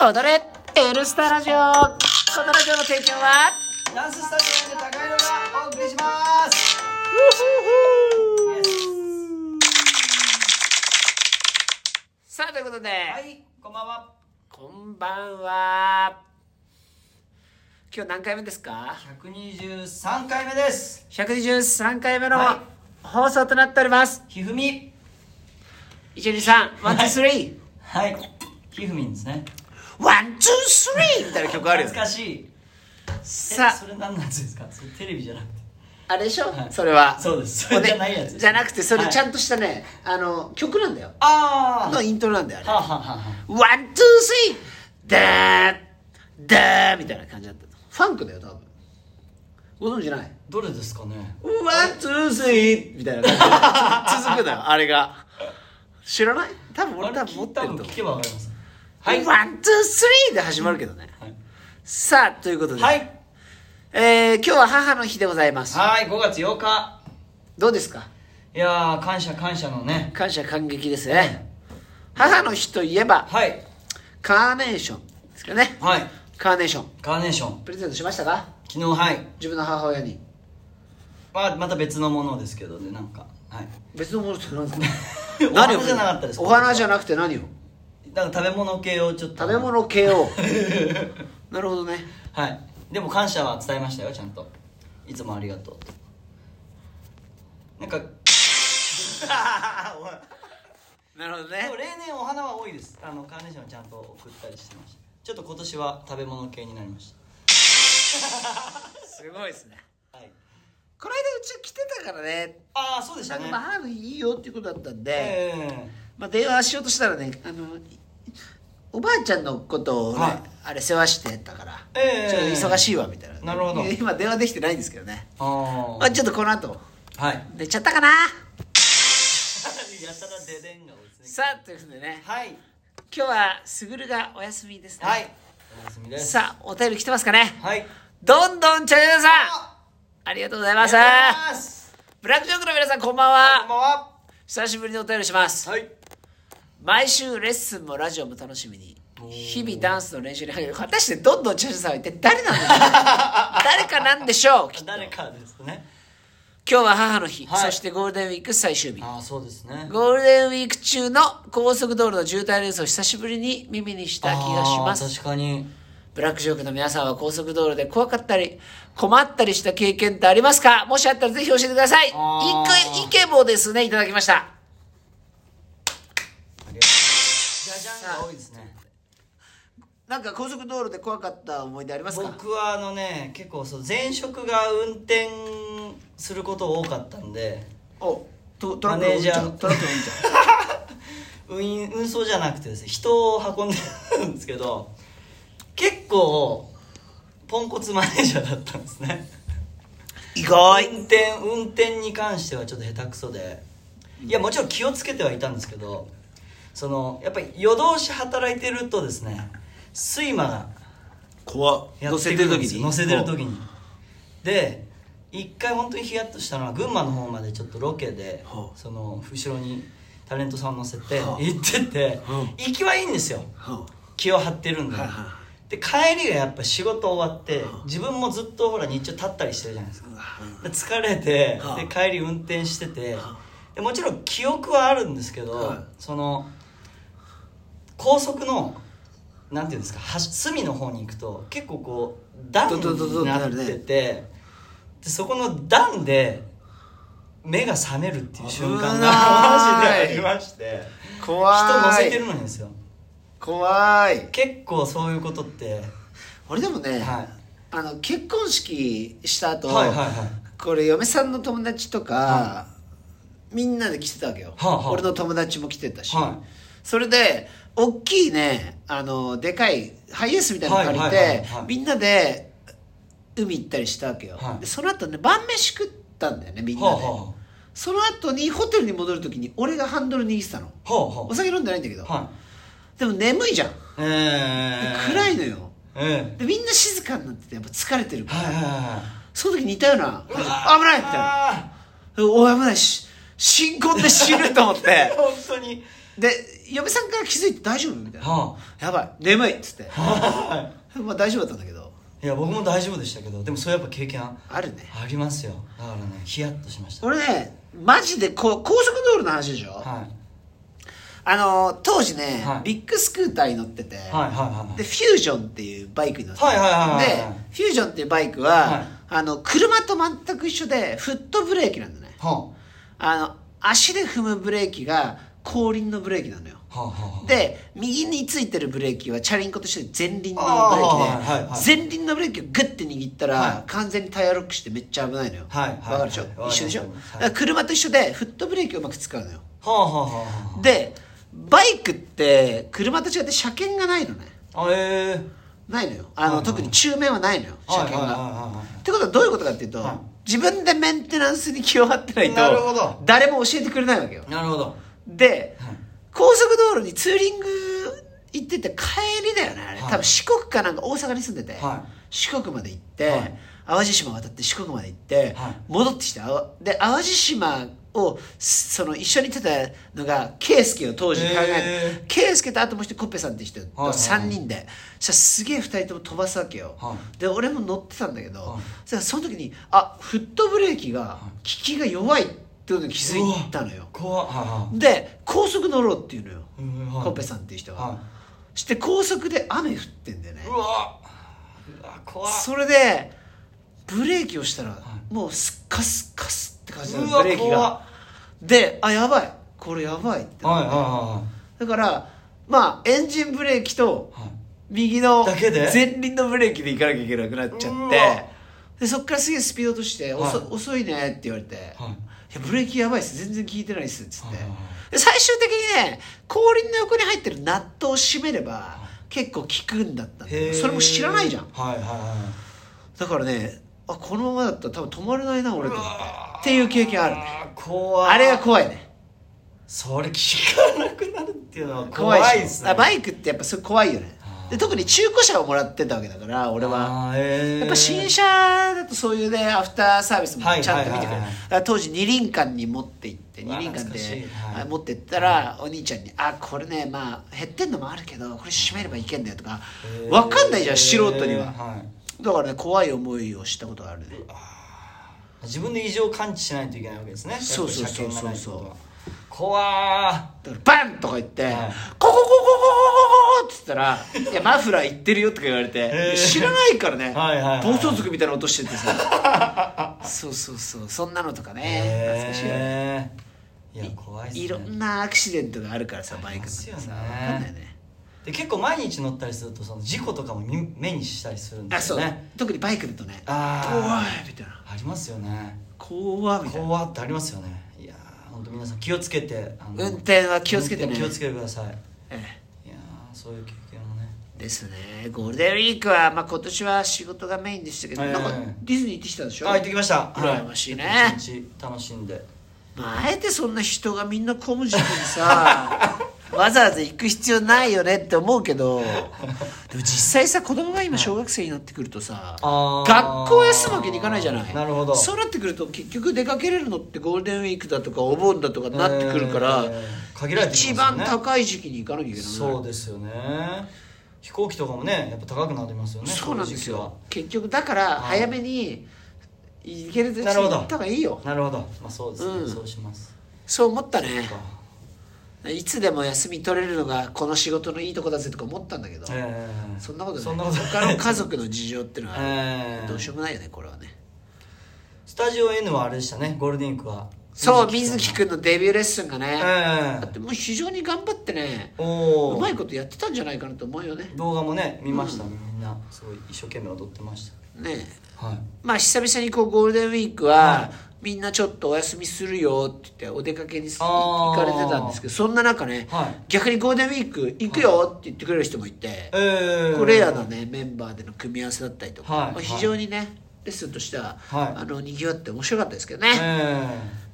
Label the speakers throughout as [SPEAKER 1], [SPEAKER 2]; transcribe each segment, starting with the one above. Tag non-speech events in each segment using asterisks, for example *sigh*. [SPEAKER 1] 踊れエルスタラジオこのラジオの提供は
[SPEAKER 2] ダンススタジオで高いのがお送りします
[SPEAKER 1] さあということで、
[SPEAKER 2] はい、こんばんは
[SPEAKER 1] こんばんは今日何回目ですか
[SPEAKER 2] 123回目です
[SPEAKER 1] 123回目の
[SPEAKER 2] はい
[SPEAKER 1] 放送となっております、
[SPEAKER 2] ひふみ
[SPEAKER 1] 123ワンツースリ
[SPEAKER 2] はいひふみんですね
[SPEAKER 1] ーワンツースリーみたいな曲あるよ
[SPEAKER 2] 懐かしい
[SPEAKER 1] さ
[SPEAKER 2] えそれ何なんですかそれテレビじゃなくて
[SPEAKER 1] ああれでしょ、
[SPEAKER 2] はい
[SPEAKER 1] それは
[SPEAKER 2] そうですそれじゃないやつ
[SPEAKER 1] じゃなくてそれ
[SPEAKER 2] はい
[SPEAKER 1] ちゃんとしたね、あの曲なんだよ
[SPEAKER 2] ああ
[SPEAKER 1] のイントロなんだよあれ
[SPEAKER 2] はあはあはあは
[SPEAKER 1] ワン、ツー、スリーダーダーみたいな感じだった。ファンクだよ、多分。ご存知ない
[SPEAKER 2] どれですかね
[SPEAKER 1] ワン、ツー、スリーみたいな感じで *laughs* 続くのよ、あれが。知らない多分俺多分持ってると
[SPEAKER 2] 多
[SPEAKER 1] 思
[SPEAKER 2] 分
[SPEAKER 1] う
[SPEAKER 2] 聞。けばわかります
[SPEAKER 1] はい、ワン、ツー、スリーで始まるけどね。
[SPEAKER 2] はい
[SPEAKER 1] さあ、ということで、
[SPEAKER 2] はい、
[SPEAKER 1] えー、今日は母の日でございます。
[SPEAKER 2] はい、5月8日
[SPEAKER 1] どうですか
[SPEAKER 2] いやー感謝感謝のね
[SPEAKER 1] 感謝感激ですね。母の日といえば、
[SPEAKER 2] はい
[SPEAKER 1] カーネーションですけどね。
[SPEAKER 2] はい
[SPEAKER 1] カーネーション。
[SPEAKER 2] カーネーション
[SPEAKER 1] プレゼントしましたか
[SPEAKER 2] 昨日はい、
[SPEAKER 1] 自分の母親に。
[SPEAKER 2] まあ、また別のものですけどねなんかはい
[SPEAKER 1] 別のものって何ですか *laughs*
[SPEAKER 2] *laughs* お花じゃなかったですか
[SPEAKER 1] お花じゃなくて何を
[SPEAKER 2] なんか食べ物系をちょっと
[SPEAKER 1] 食べ物系 *laughs* をなるほどね
[SPEAKER 2] はいでも感謝は伝えましたよちゃんといつもありがとうとなん *laughs* かおい
[SPEAKER 1] なるほど
[SPEAKER 2] でも例年お花は多いですあのカーネーションはちゃんと送ったりしてましたちょっと今年は食べ物系になりまし
[SPEAKER 1] すごいですね
[SPEAKER 2] たはい
[SPEAKER 1] この間うち来てたからね
[SPEAKER 2] ああそうでし
[SPEAKER 1] な
[SPEAKER 2] た
[SPEAKER 1] んか
[SPEAKER 2] ね
[SPEAKER 1] まあ母の日いいよっていうことだったんで、
[SPEAKER 2] え
[SPEAKER 1] まあ、電話しようとしたらねあのいおばあちゃんのことをね、
[SPEAKER 2] はい
[SPEAKER 1] あれ世話してたから、
[SPEAKER 2] ええ
[SPEAKER 1] ちょっと忙しいわみたいな、
[SPEAKER 2] なるほど
[SPEAKER 1] 今電話できてないんですけどね
[SPEAKER 2] えあ
[SPEAKER 1] まあちょっとこの後
[SPEAKER 2] あはい
[SPEAKER 1] 寝ちゃったかな
[SPEAKER 2] *laughs* やたらデデンが多いですね
[SPEAKER 1] さあということでね
[SPEAKER 2] はい
[SPEAKER 1] 今日はすぐるがお休みですね
[SPEAKER 2] はいお休みです
[SPEAKER 1] さあお便り来てますかね
[SPEAKER 2] はい
[SPEAKER 1] どんどんチャンネルさん
[SPEAKER 2] あ
[SPEAKER 1] ありがとうござい
[SPEAKER 2] あ
[SPEAKER 1] ます
[SPEAKER 2] りがとうございます
[SPEAKER 1] ブラックジョークの皆さんこんばん
[SPEAKER 2] こ
[SPEAKER 1] は
[SPEAKER 2] んばんは
[SPEAKER 1] 久しぶりにお便りします
[SPEAKER 2] はい
[SPEAKER 1] 毎週レッスンもラジオも楽しみに
[SPEAKER 2] おー
[SPEAKER 1] 日々ダンスの練習に励む果たしてどんどんチャンネルさんは一体誰
[SPEAKER 2] *laughs*
[SPEAKER 1] なんでしょう誰かなんでしょうきっと
[SPEAKER 2] 誰かですね
[SPEAKER 1] 今日は母の日、
[SPEAKER 2] はい
[SPEAKER 1] そしてゴールデンウィーク最終日
[SPEAKER 2] ああそうですね
[SPEAKER 1] ゴールデンウィーク中の高速道路の渋滞レースを久しぶりに耳にした気がします
[SPEAKER 2] あー確かに
[SPEAKER 1] ブラックジョークの皆さんは高速道路で怖かったり困ったりした経験ってありますかもしあったらぜひ教えてくださいいく
[SPEAKER 2] あー
[SPEAKER 1] 意見もですねいただきました
[SPEAKER 2] ありがとうございますじゃじゃんが多いですね
[SPEAKER 1] なんか高速道路で怖かった思い出ありますか
[SPEAKER 2] 僕はあのね結構そう前職が運転すること多かったんで
[SPEAKER 1] おトトラックの
[SPEAKER 2] マネ
[SPEAKER 1] うん
[SPEAKER 2] ー
[SPEAKER 1] ち
[SPEAKER 2] ジャ
[SPEAKER 1] ゃ
[SPEAKER 2] ー
[SPEAKER 1] んトラックのうんちゃん
[SPEAKER 2] 運運送じゃなくてですね人を運んでるんですけど結構ポンコツマネージャーだったんですね
[SPEAKER 1] 意外
[SPEAKER 2] 運転運転に関してはちょっと下手くそでいやもちろん気をつけてはいたんですけどそのやっぱり夜通し働いてるとですね睡魔が
[SPEAKER 1] 怖
[SPEAKER 2] やってくるんですよ乗せてる時にで一回本当にヒヤッとしたのは群馬の方までちょっとロケで、
[SPEAKER 1] はあ
[SPEAKER 2] その後ろにタレントさんを乗せて
[SPEAKER 1] は
[SPEAKER 2] 行
[SPEAKER 1] あ
[SPEAKER 2] ってて、
[SPEAKER 1] うん
[SPEAKER 2] 行きはいいんですよ
[SPEAKER 1] は
[SPEAKER 2] 気を張ってるんで、
[SPEAKER 1] はいは
[SPEAKER 2] で帰りがやっぱ仕事終わって自分もずっとほら日中立ったりしてるじゃないですかで疲れて、
[SPEAKER 1] はあ
[SPEAKER 2] で帰り運転してて、
[SPEAKER 1] はあ
[SPEAKER 2] でもちろん記憶はあるんですけど、
[SPEAKER 1] はい
[SPEAKER 2] その高速のなんていうんですかはし隅の方に行くと結構こう段
[SPEAKER 1] どどどど
[SPEAKER 2] になっ
[SPEAKER 1] な
[SPEAKER 2] て
[SPEAKER 1] るね
[SPEAKER 2] て、でそこの段で目が覚めるっていう瞬間がマ
[SPEAKER 1] 危
[SPEAKER 2] ジ
[SPEAKER 1] ない
[SPEAKER 2] でありまして人
[SPEAKER 1] 怖
[SPEAKER 2] 乗せてるのにですよ
[SPEAKER 1] 怖い
[SPEAKER 2] 結構そういうことって
[SPEAKER 1] 俺でもね、
[SPEAKER 2] はい
[SPEAKER 1] あの結婚式した後、
[SPEAKER 2] はいはいはい
[SPEAKER 1] これ嫁さんの友達とか、
[SPEAKER 2] は
[SPEAKER 1] みんなで来てたわけよ、
[SPEAKER 2] はあはあ
[SPEAKER 1] 俺の友達も来てたし、
[SPEAKER 2] は
[SPEAKER 1] それで大きいねあのでかいハイエースみたいなの借りて、
[SPEAKER 2] はいはいはいはい
[SPEAKER 1] みんなで海行ったりしたわけよ、
[SPEAKER 2] はい
[SPEAKER 1] でその後ね晩飯食ったんだよねみんなで、
[SPEAKER 2] はあは
[SPEAKER 1] その後にホテルに戻る時に俺がハンドル握ってたの
[SPEAKER 2] あは
[SPEAKER 1] お酒飲んでないんだけど、
[SPEAKER 2] あはあは
[SPEAKER 1] でも眠いじゃん、で
[SPEAKER 2] いえー、
[SPEAKER 1] 暗い
[SPEAKER 2] ね
[SPEAKER 1] のよ
[SPEAKER 2] え
[SPEAKER 1] でみんな静かになっててやっぱ疲れてる
[SPEAKER 2] ー、
[SPEAKER 1] か
[SPEAKER 2] はい
[SPEAKER 1] ら、
[SPEAKER 2] はいはい
[SPEAKER 1] その時似たような
[SPEAKER 2] う
[SPEAKER 1] 危
[SPEAKER 2] わ
[SPEAKER 1] ないみたいな
[SPEAKER 2] あ
[SPEAKER 1] おい危ないし新婚で死ぬと思って
[SPEAKER 2] ー本当に
[SPEAKER 1] で嫁さんから気づいて大丈夫みたいな、
[SPEAKER 2] は
[SPEAKER 1] やばい眠いっつって
[SPEAKER 2] は
[SPEAKER 1] *laughs* まあ大丈夫だったんだけど
[SPEAKER 2] いいや僕も大丈夫でしたけどでもそれやっぱ経験あ
[SPEAKER 1] あるね
[SPEAKER 2] りますよだからねヒヤッとしました
[SPEAKER 1] 俺ねマジでこう高速道路の話でしょ、
[SPEAKER 2] はい
[SPEAKER 1] あのー当時ね、
[SPEAKER 2] はい
[SPEAKER 1] ビッグスクーターに乗ってて、
[SPEAKER 2] はいはいはい
[SPEAKER 1] でフュージョンっていうバイクに乗ってて、
[SPEAKER 2] はいはいはいはいはい
[SPEAKER 1] でフュージョンっていうバイクは、
[SPEAKER 2] はい
[SPEAKER 1] あの車と全く一緒でフットブレーキなんだね
[SPEAKER 2] は
[SPEAKER 1] あの足で踏むブレーキが後輪のブレーキなのよ
[SPEAKER 2] あはあはあ
[SPEAKER 1] で右についてるブレーキはチャリンコとして前輪のブレ
[SPEAKER 2] あーはいはい
[SPEAKER 1] ーキで前輪のブレーキをグッて握った
[SPEAKER 2] は
[SPEAKER 1] ら完全にタイヤロックしてめっちゃ危ないのよ
[SPEAKER 2] はいはい
[SPEAKER 1] わかるでしょ
[SPEAKER 2] はい
[SPEAKER 1] 一緒でしょ
[SPEAKER 2] わかります
[SPEAKER 1] だから車と一緒でフットブレーキをうまく使うのよ
[SPEAKER 2] はあはあはあは
[SPEAKER 1] でバイクって車と違って車検がないのね
[SPEAKER 2] ああええ
[SPEAKER 1] ないのよあの、
[SPEAKER 2] はいはい
[SPEAKER 1] 特に中面はないのよ車検が、
[SPEAKER 2] はいはいはいはい
[SPEAKER 1] ってことはどういうことかっていうと、
[SPEAKER 2] はい
[SPEAKER 1] 自分でメンテナンスに気を張ってないと
[SPEAKER 2] なるほど
[SPEAKER 1] 誰も教えてくれないわけよ
[SPEAKER 2] なるほど
[SPEAKER 1] で、
[SPEAKER 2] はい
[SPEAKER 1] 高速道路にツーリング行ってて帰りだよねあれ、
[SPEAKER 2] はい
[SPEAKER 1] 多分四国かなんか大阪に住んでて、
[SPEAKER 2] は
[SPEAKER 1] 四国まで行って、
[SPEAKER 2] はい
[SPEAKER 1] 淡路島渡って四国まで行って、
[SPEAKER 2] はい
[SPEAKER 1] 戻ってきてあわで淡路島をすその一緒に行ってたのが圭介を当時考え
[SPEAKER 2] へ
[SPEAKER 1] て圭介とあともう一人コッペさんって人と
[SPEAKER 2] はいはい
[SPEAKER 1] 3人で、そしたらすげえ2人とも飛ばすわけよ、
[SPEAKER 2] は
[SPEAKER 1] で俺も乗ってたんだけど、
[SPEAKER 2] はい
[SPEAKER 1] そしたらその時にあフットブレーキが効きが弱いってことに気づいたのよ
[SPEAKER 2] 怖っはいはい
[SPEAKER 1] で高速乗ろうっていうのよ、
[SPEAKER 2] うんはい
[SPEAKER 1] コッペさんっていう人が、
[SPEAKER 2] は
[SPEAKER 1] して高速で雨降ってんだよね
[SPEAKER 2] いうわうわ怖っ
[SPEAKER 1] それでブレーキをしたら、
[SPEAKER 2] い
[SPEAKER 1] もうスッカスッカスって感じの
[SPEAKER 2] うわ
[SPEAKER 1] ブレーキ
[SPEAKER 2] 怖っ
[SPEAKER 1] がであやばいこれやばいって、
[SPEAKER 2] はいはいは
[SPEAKER 1] だからまあエンジンブレーキと
[SPEAKER 2] いはい
[SPEAKER 1] 右の
[SPEAKER 2] だけで
[SPEAKER 1] 前輪のブレーキで行かなきゃいけなくなっちゃ
[SPEAKER 2] う
[SPEAKER 1] っ
[SPEAKER 2] わ
[SPEAKER 1] てでそっからすげえスピード落として、
[SPEAKER 2] はい
[SPEAKER 1] 遅遅いねって言われて、い
[SPEAKER 2] はい
[SPEAKER 1] やブレーキやばいっす全然効いてないっすっつって、
[SPEAKER 2] はいはいは
[SPEAKER 1] で最終的にね後輪の横に入ってるナットを締めれば結構効くんだったんだけ
[SPEAKER 2] へ
[SPEAKER 1] ど
[SPEAKER 2] え
[SPEAKER 1] それも知らないじゃん
[SPEAKER 2] はいはいは
[SPEAKER 1] だからねあこのままだったら多分止まれないな俺と思っ
[SPEAKER 2] うわ
[SPEAKER 1] てっていう経験あるね
[SPEAKER 2] い怖い
[SPEAKER 1] あれが怖いね
[SPEAKER 2] それ聞かなくなるっていうのは
[SPEAKER 1] 怖
[SPEAKER 2] 怖
[SPEAKER 1] いし
[SPEAKER 2] いですね
[SPEAKER 1] あバイクってやっぱそれ怖いよね
[SPEAKER 2] あー
[SPEAKER 1] で特に中古車をもらってたわけだから俺は
[SPEAKER 2] あーえー
[SPEAKER 1] やっぱ新車だとそういうねアフターサービスも
[SPEAKER 2] はい
[SPEAKER 1] ちゃんと見てくれる、
[SPEAKER 2] はいはいはい
[SPEAKER 1] だから当時二輪館に持って行って
[SPEAKER 2] う
[SPEAKER 1] 二
[SPEAKER 2] わ
[SPEAKER 1] 輪館
[SPEAKER 2] 懐かし
[SPEAKER 1] で
[SPEAKER 2] いはい
[SPEAKER 1] あ持ってったらお兄ちゃんに「あこれねまあ減ってんのもあるけどこれ閉めればいけんだよ」とか
[SPEAKER 2] えー
[SPEAKER 1] わかんないじゃん素人には
[SPEAKER 2] はい
[SPEAKER 1] だからね怖い思いをしたことがあるね
[SPEAKER 2] 自分で異常を感知しないといけないわけですね
[SPEAKER 1] そうそう
[SPEAKER 2] やっぱ車検がないって
[SPEAKER 1] そうそう
[SPEAKER 2] こ
[SPEAKER 1] そう
[SPEAKER 2] とは怖ー
[SPEAKER 1] だからバンとか言って、
[SPEAKER 2] い
[SPEAKER 1] こここここここここって言ったら「いやマフラー行ってるよ」とか言われて
[SPEAKER 2] へー
[SPEAKER 1] 知らないからね
[SPEAKER 2] はいはいはい
[SPEAKER 1] 暴走族みたいな音しててさそうそうそうそんなのとかね懐かしいよね
[SPEAKER 2] へーいや怖いっすね
[SPEAKER 1] いろんなアクシデントがあるからさバイクの中
[SPEAKER 2] あります
[SPEAKER 1] さ
[SPEAKER 2] よ
[SPEAKER 1] わ
[SPEAKER 2] ね
[SPEAKER 1] かんないね
[SPEAKER 2] で結構毎日乗ったりするとその事故とかもみ目にしたりするんで
[SPEAKER 1] あ
[SPEAKER 2] す
[SPEAKER 1] そう
[SPEAKER 2] よね
[SPEAKER 1] 特にバイクだとね
[SPEAKER 2] あー
[SPEAKER 1] 怖いみたいな
[SPEAKER 2] ありますよね
[SPEAKER 1] 怖いみたいな
[SPEAKER 2] 怖ってありますよねいやー本当皆さん気をつけてあの
[SPEAKER 1] 運転は気をつけてね
[SPEAKER 2] 運転気をつけてください
[SPEAKER 1] え
[SPEAKER 2] いやーそういう経験もね
[SPEAKER 1] えですねゴールデンウィークは、まあ、今年は仕事がメインでしたけど、
[SPEAKER 2] はいはいはい
[SPEAKER 1] なんかディズニー行ってきたでしょ
[SPEAKER 2] あ行ってきました
[SPEAKER 1] 羨ましいね
[SPEAKER 2] はい一日楽しんで
[SPEAKER 1] まあ、あえてそんな人がみんな混む時期
[SPEAKER 2] *laughs*
[SPEAKER 1] にさわざわざ行く必要ないよねって思うけどでも実際さ子供が今小学生になってくるとさ
[SPEAKER 2] あー
[SPEAKER 1] 学校休むわけにいかないじゃない
[SPEAKER 2] なるほど
[SPEAKER 1] そうなってくると結局出かけれるのってゴールデンウィークだとかお盆だとかなってくるから、
[SPEAKER 2] えー限られてき
[SPEAKER 1] 一
[SPEAKER 2] ますよ
[SPEAKER 1] 番
[SPEAKER 2] ね
[SPEAKER 1] 高い時期に行かなきゃいけない
[SPEAKER 2] そうですよね飛行機とかもねやっぱ高くなりますよね
[SPEAKER 1] そうなんです
[SPEAKER 2] この時
[SPEAKER 1] よ結局だから早めに行ける時
[SPEAKER 2] 期
[SPEAKER 1] に
[SPEAKER 2] はなるほど
[SPEAKER 1] 行った方がいいよ
[SPEAKER 2] なるほどまあそうですね、
[SPEAKER 1] うん
[SPEAKER 2] そうします
[SPEAKER 1] そう思ったね
[SPEAKER 2] か
[SPEAKER 1] いつでも休み取れるのがこの仕事のいいとこだぜとか思ったんだけど、
[SPEAKER 2] ええ
[SPEAKER 1] そんなことない
[SPEAKER 2] そんなことな
[SPEAKER 1] 他
[SPEAKER 2] い
[SPEAKER 1] の家族の事情っていうのはある、
[SPEAKER 2] ええ
[SPEAKER 1] どうしようもないよねこれはね
[SPEAKER 2] スタジオ N はあれでしたねゴールデンウィークは
[SPEAKER 1] そう水木くんのデビューレッスンがね、
[SPEAKER 2] え
[SPEAKER 1] だってもう非常に頑張ってね
[SPEAKER 2] え
[SPEAKER 1] う
[SPEAKER 2] おお
[SPEAKER 1] まいことやってたんじゃないかなと思うよね
[SPEAKER 2] 動画もね見ました、みんなすごい一生懸命踊ってまし
[SPEAKER 1] ねえ
[SPEAKER 2] たはい
[SPEAKER 1] まあ久々にこうゴールデンウィークは、
[SPEAKER 2] はい
[SPEAKER 1] みんなちょっとお休みするよって言ってお出かけにす
[SPEAKER 2] あ
[SPEAKER 1] 行
[SPEAKER 2] ー
[SPEAKER 1] かれてたんですけどそんな中ね、
[SPEAKER 2] はい
[SPEAKER 1] 逆にゴールデンウィーク行くよって言ってくれる人もいて、
[SPEAKER 2] ええ
[SPEAKER 1] これらのねメンバーでの組み合わせだったりとか、
[SPEAKER 2] はい
[SPEAKER 1] まあ非常にね、レッスンとしては、
[SPEAKER 2] はい
[SPEAKER 1] あの賑わって面白かったですけどね、
[SPEAKER 2] ええ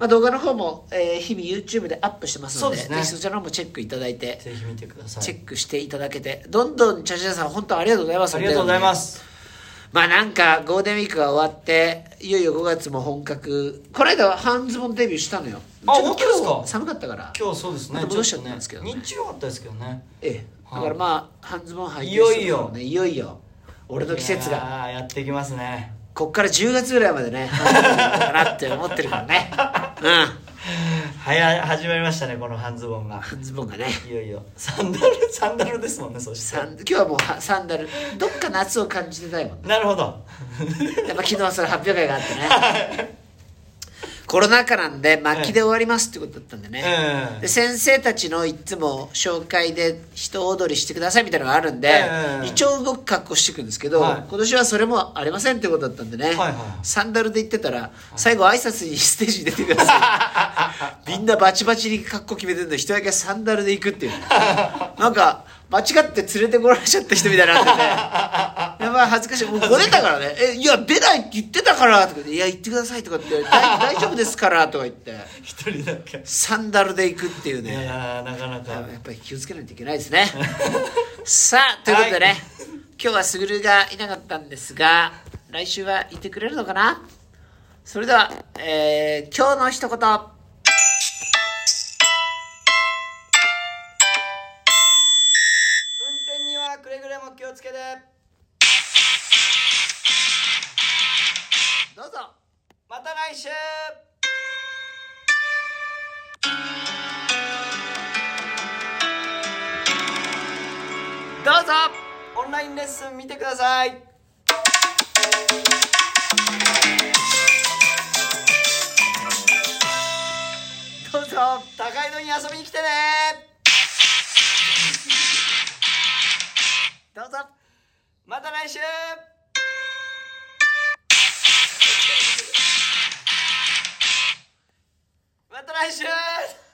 [SPEAKER 1] まあ、動画の方も、えー日々 YouTube でアップしてますので
[SPEAKER 2] そうですね
[SPEAKER 1] ぜひそちらの方もチェックいただいて、
[SPEAKER 2] ぜひ見てください
[SPEAKER 1] チェックしていただけてどんどんチャチャさん本当ありがとうございます
[SPEAKER 2] ありがとうございます
[SPEAKER 1] まあなんかゴールデンウィークが終わっていよいよ5月も本格この間は半ズボンデビューしたのよ
[SPEAKER 2] あ
[SPEAKER 1] ちょっと
[SPEAKER 2] 本当ですか
[SPEAKER 1] 今日寒かったから
[SPEAKER 2] 今日そうですね
[SPEAKER 1] また戻しちゃったんですけどね
[SPEAKER 2] ちょっとね日中良かったですけどね
[SPEAKER 1] ええ
[SPEAKER 2] は
[SPEAKER 1] だ
[SPEAKER 2] い
[SPEAKER 1] からまあ半ズボン履いて
[SPEAKER 2] いよいよ
[SPEAKER 1] ねいよいよ俺の季節が
[SPEAKER 2] がやってきますね
[SPEAKER 1] こっから10月ぐらいまでね半ズボン履こうかなって思ってるから
[SPEAKER 2] *laughs*
[SPEAKER 1] ねうん
[SPEAKER 2] はや始まりましたねこの半ズボンが
[SPEAKER 1] 半ズボンがね
[SPEAKER 2] いよいよサンダルサンダルですもんねそして
[SPEAKER 1] サン今日はもうはサンダルどっか夏を感じてたいもん
[SPEAKER 2] なるほど
[SPEAKER 1] やっぱ昨日それ発表会があってね
[SPEAKER 2] *laughs*
[SPEAKER 1] コロナ禍なんで末期で終わりますってことだったん *laughs* でね、
[SPEAKER 2] うん
[SPEAKER 1] で先生たちのいつも紹介で人踊りしてくださいみたいなのがあるんで、
[SPEAKER 2] うん
[SPEAKER 1] 一応動く格好していくんですけど、
[SPEAKER 2] はい
[SPEAKER 1] 今年はそれもありませんってことだったんでね、
[SPEAKER 2] いはい
[SPEAKER 1] サンダルで行ってたら最後挨拶にステージに出てくださ
[SPEAKER 2] *laughs*
[SPEAKER 1] いみんなバチバチに格好決めてるのに人だけサンダルで行くっていうなんか間違って連れてこられちゃった人みたいになってて
[SPEAKER 2] *laughs*
[SPEAKER 1] やばい恥ずかしいもう出たからね「えいや出ないって言ってたから」とか言って「いや行ってください」とかって言われて大「大丈夫ですから」とか言って
[SPEAKER 2] 一人だけ
[SPEAKER 1] サンダルで行くっていう
[SPEAKER 2] い
[SPEAKER 1] ね
[SPEAKER 2] やーなかな
[SPEAKER 1] や
[SPEAKER 2] か
[SPEAKER 1] っぱり気をつけないといけないですね *laughs* さあということでね、
[SPEAKER 2] はい
[SPEAKER 1] 今日はスグルがいなかったんですが来週はいてくれるのかなそれでは、えー今日の一言
[SPEAKER 2] 運転にはくれぐれも気をつけて
[SPEAKER 1] どうぞ
[SPEAKER 2] また来週
[SPEAKER 1] どうぞ
[SPEAKER 2] オンラインレッスン見てください
[SPEAKER 1] どうぞ
[SPEAKER 2] 高井戸に遊びに来てね
[SPEAKER 1] どうぞ
[SPEAKER 2] また来週また来週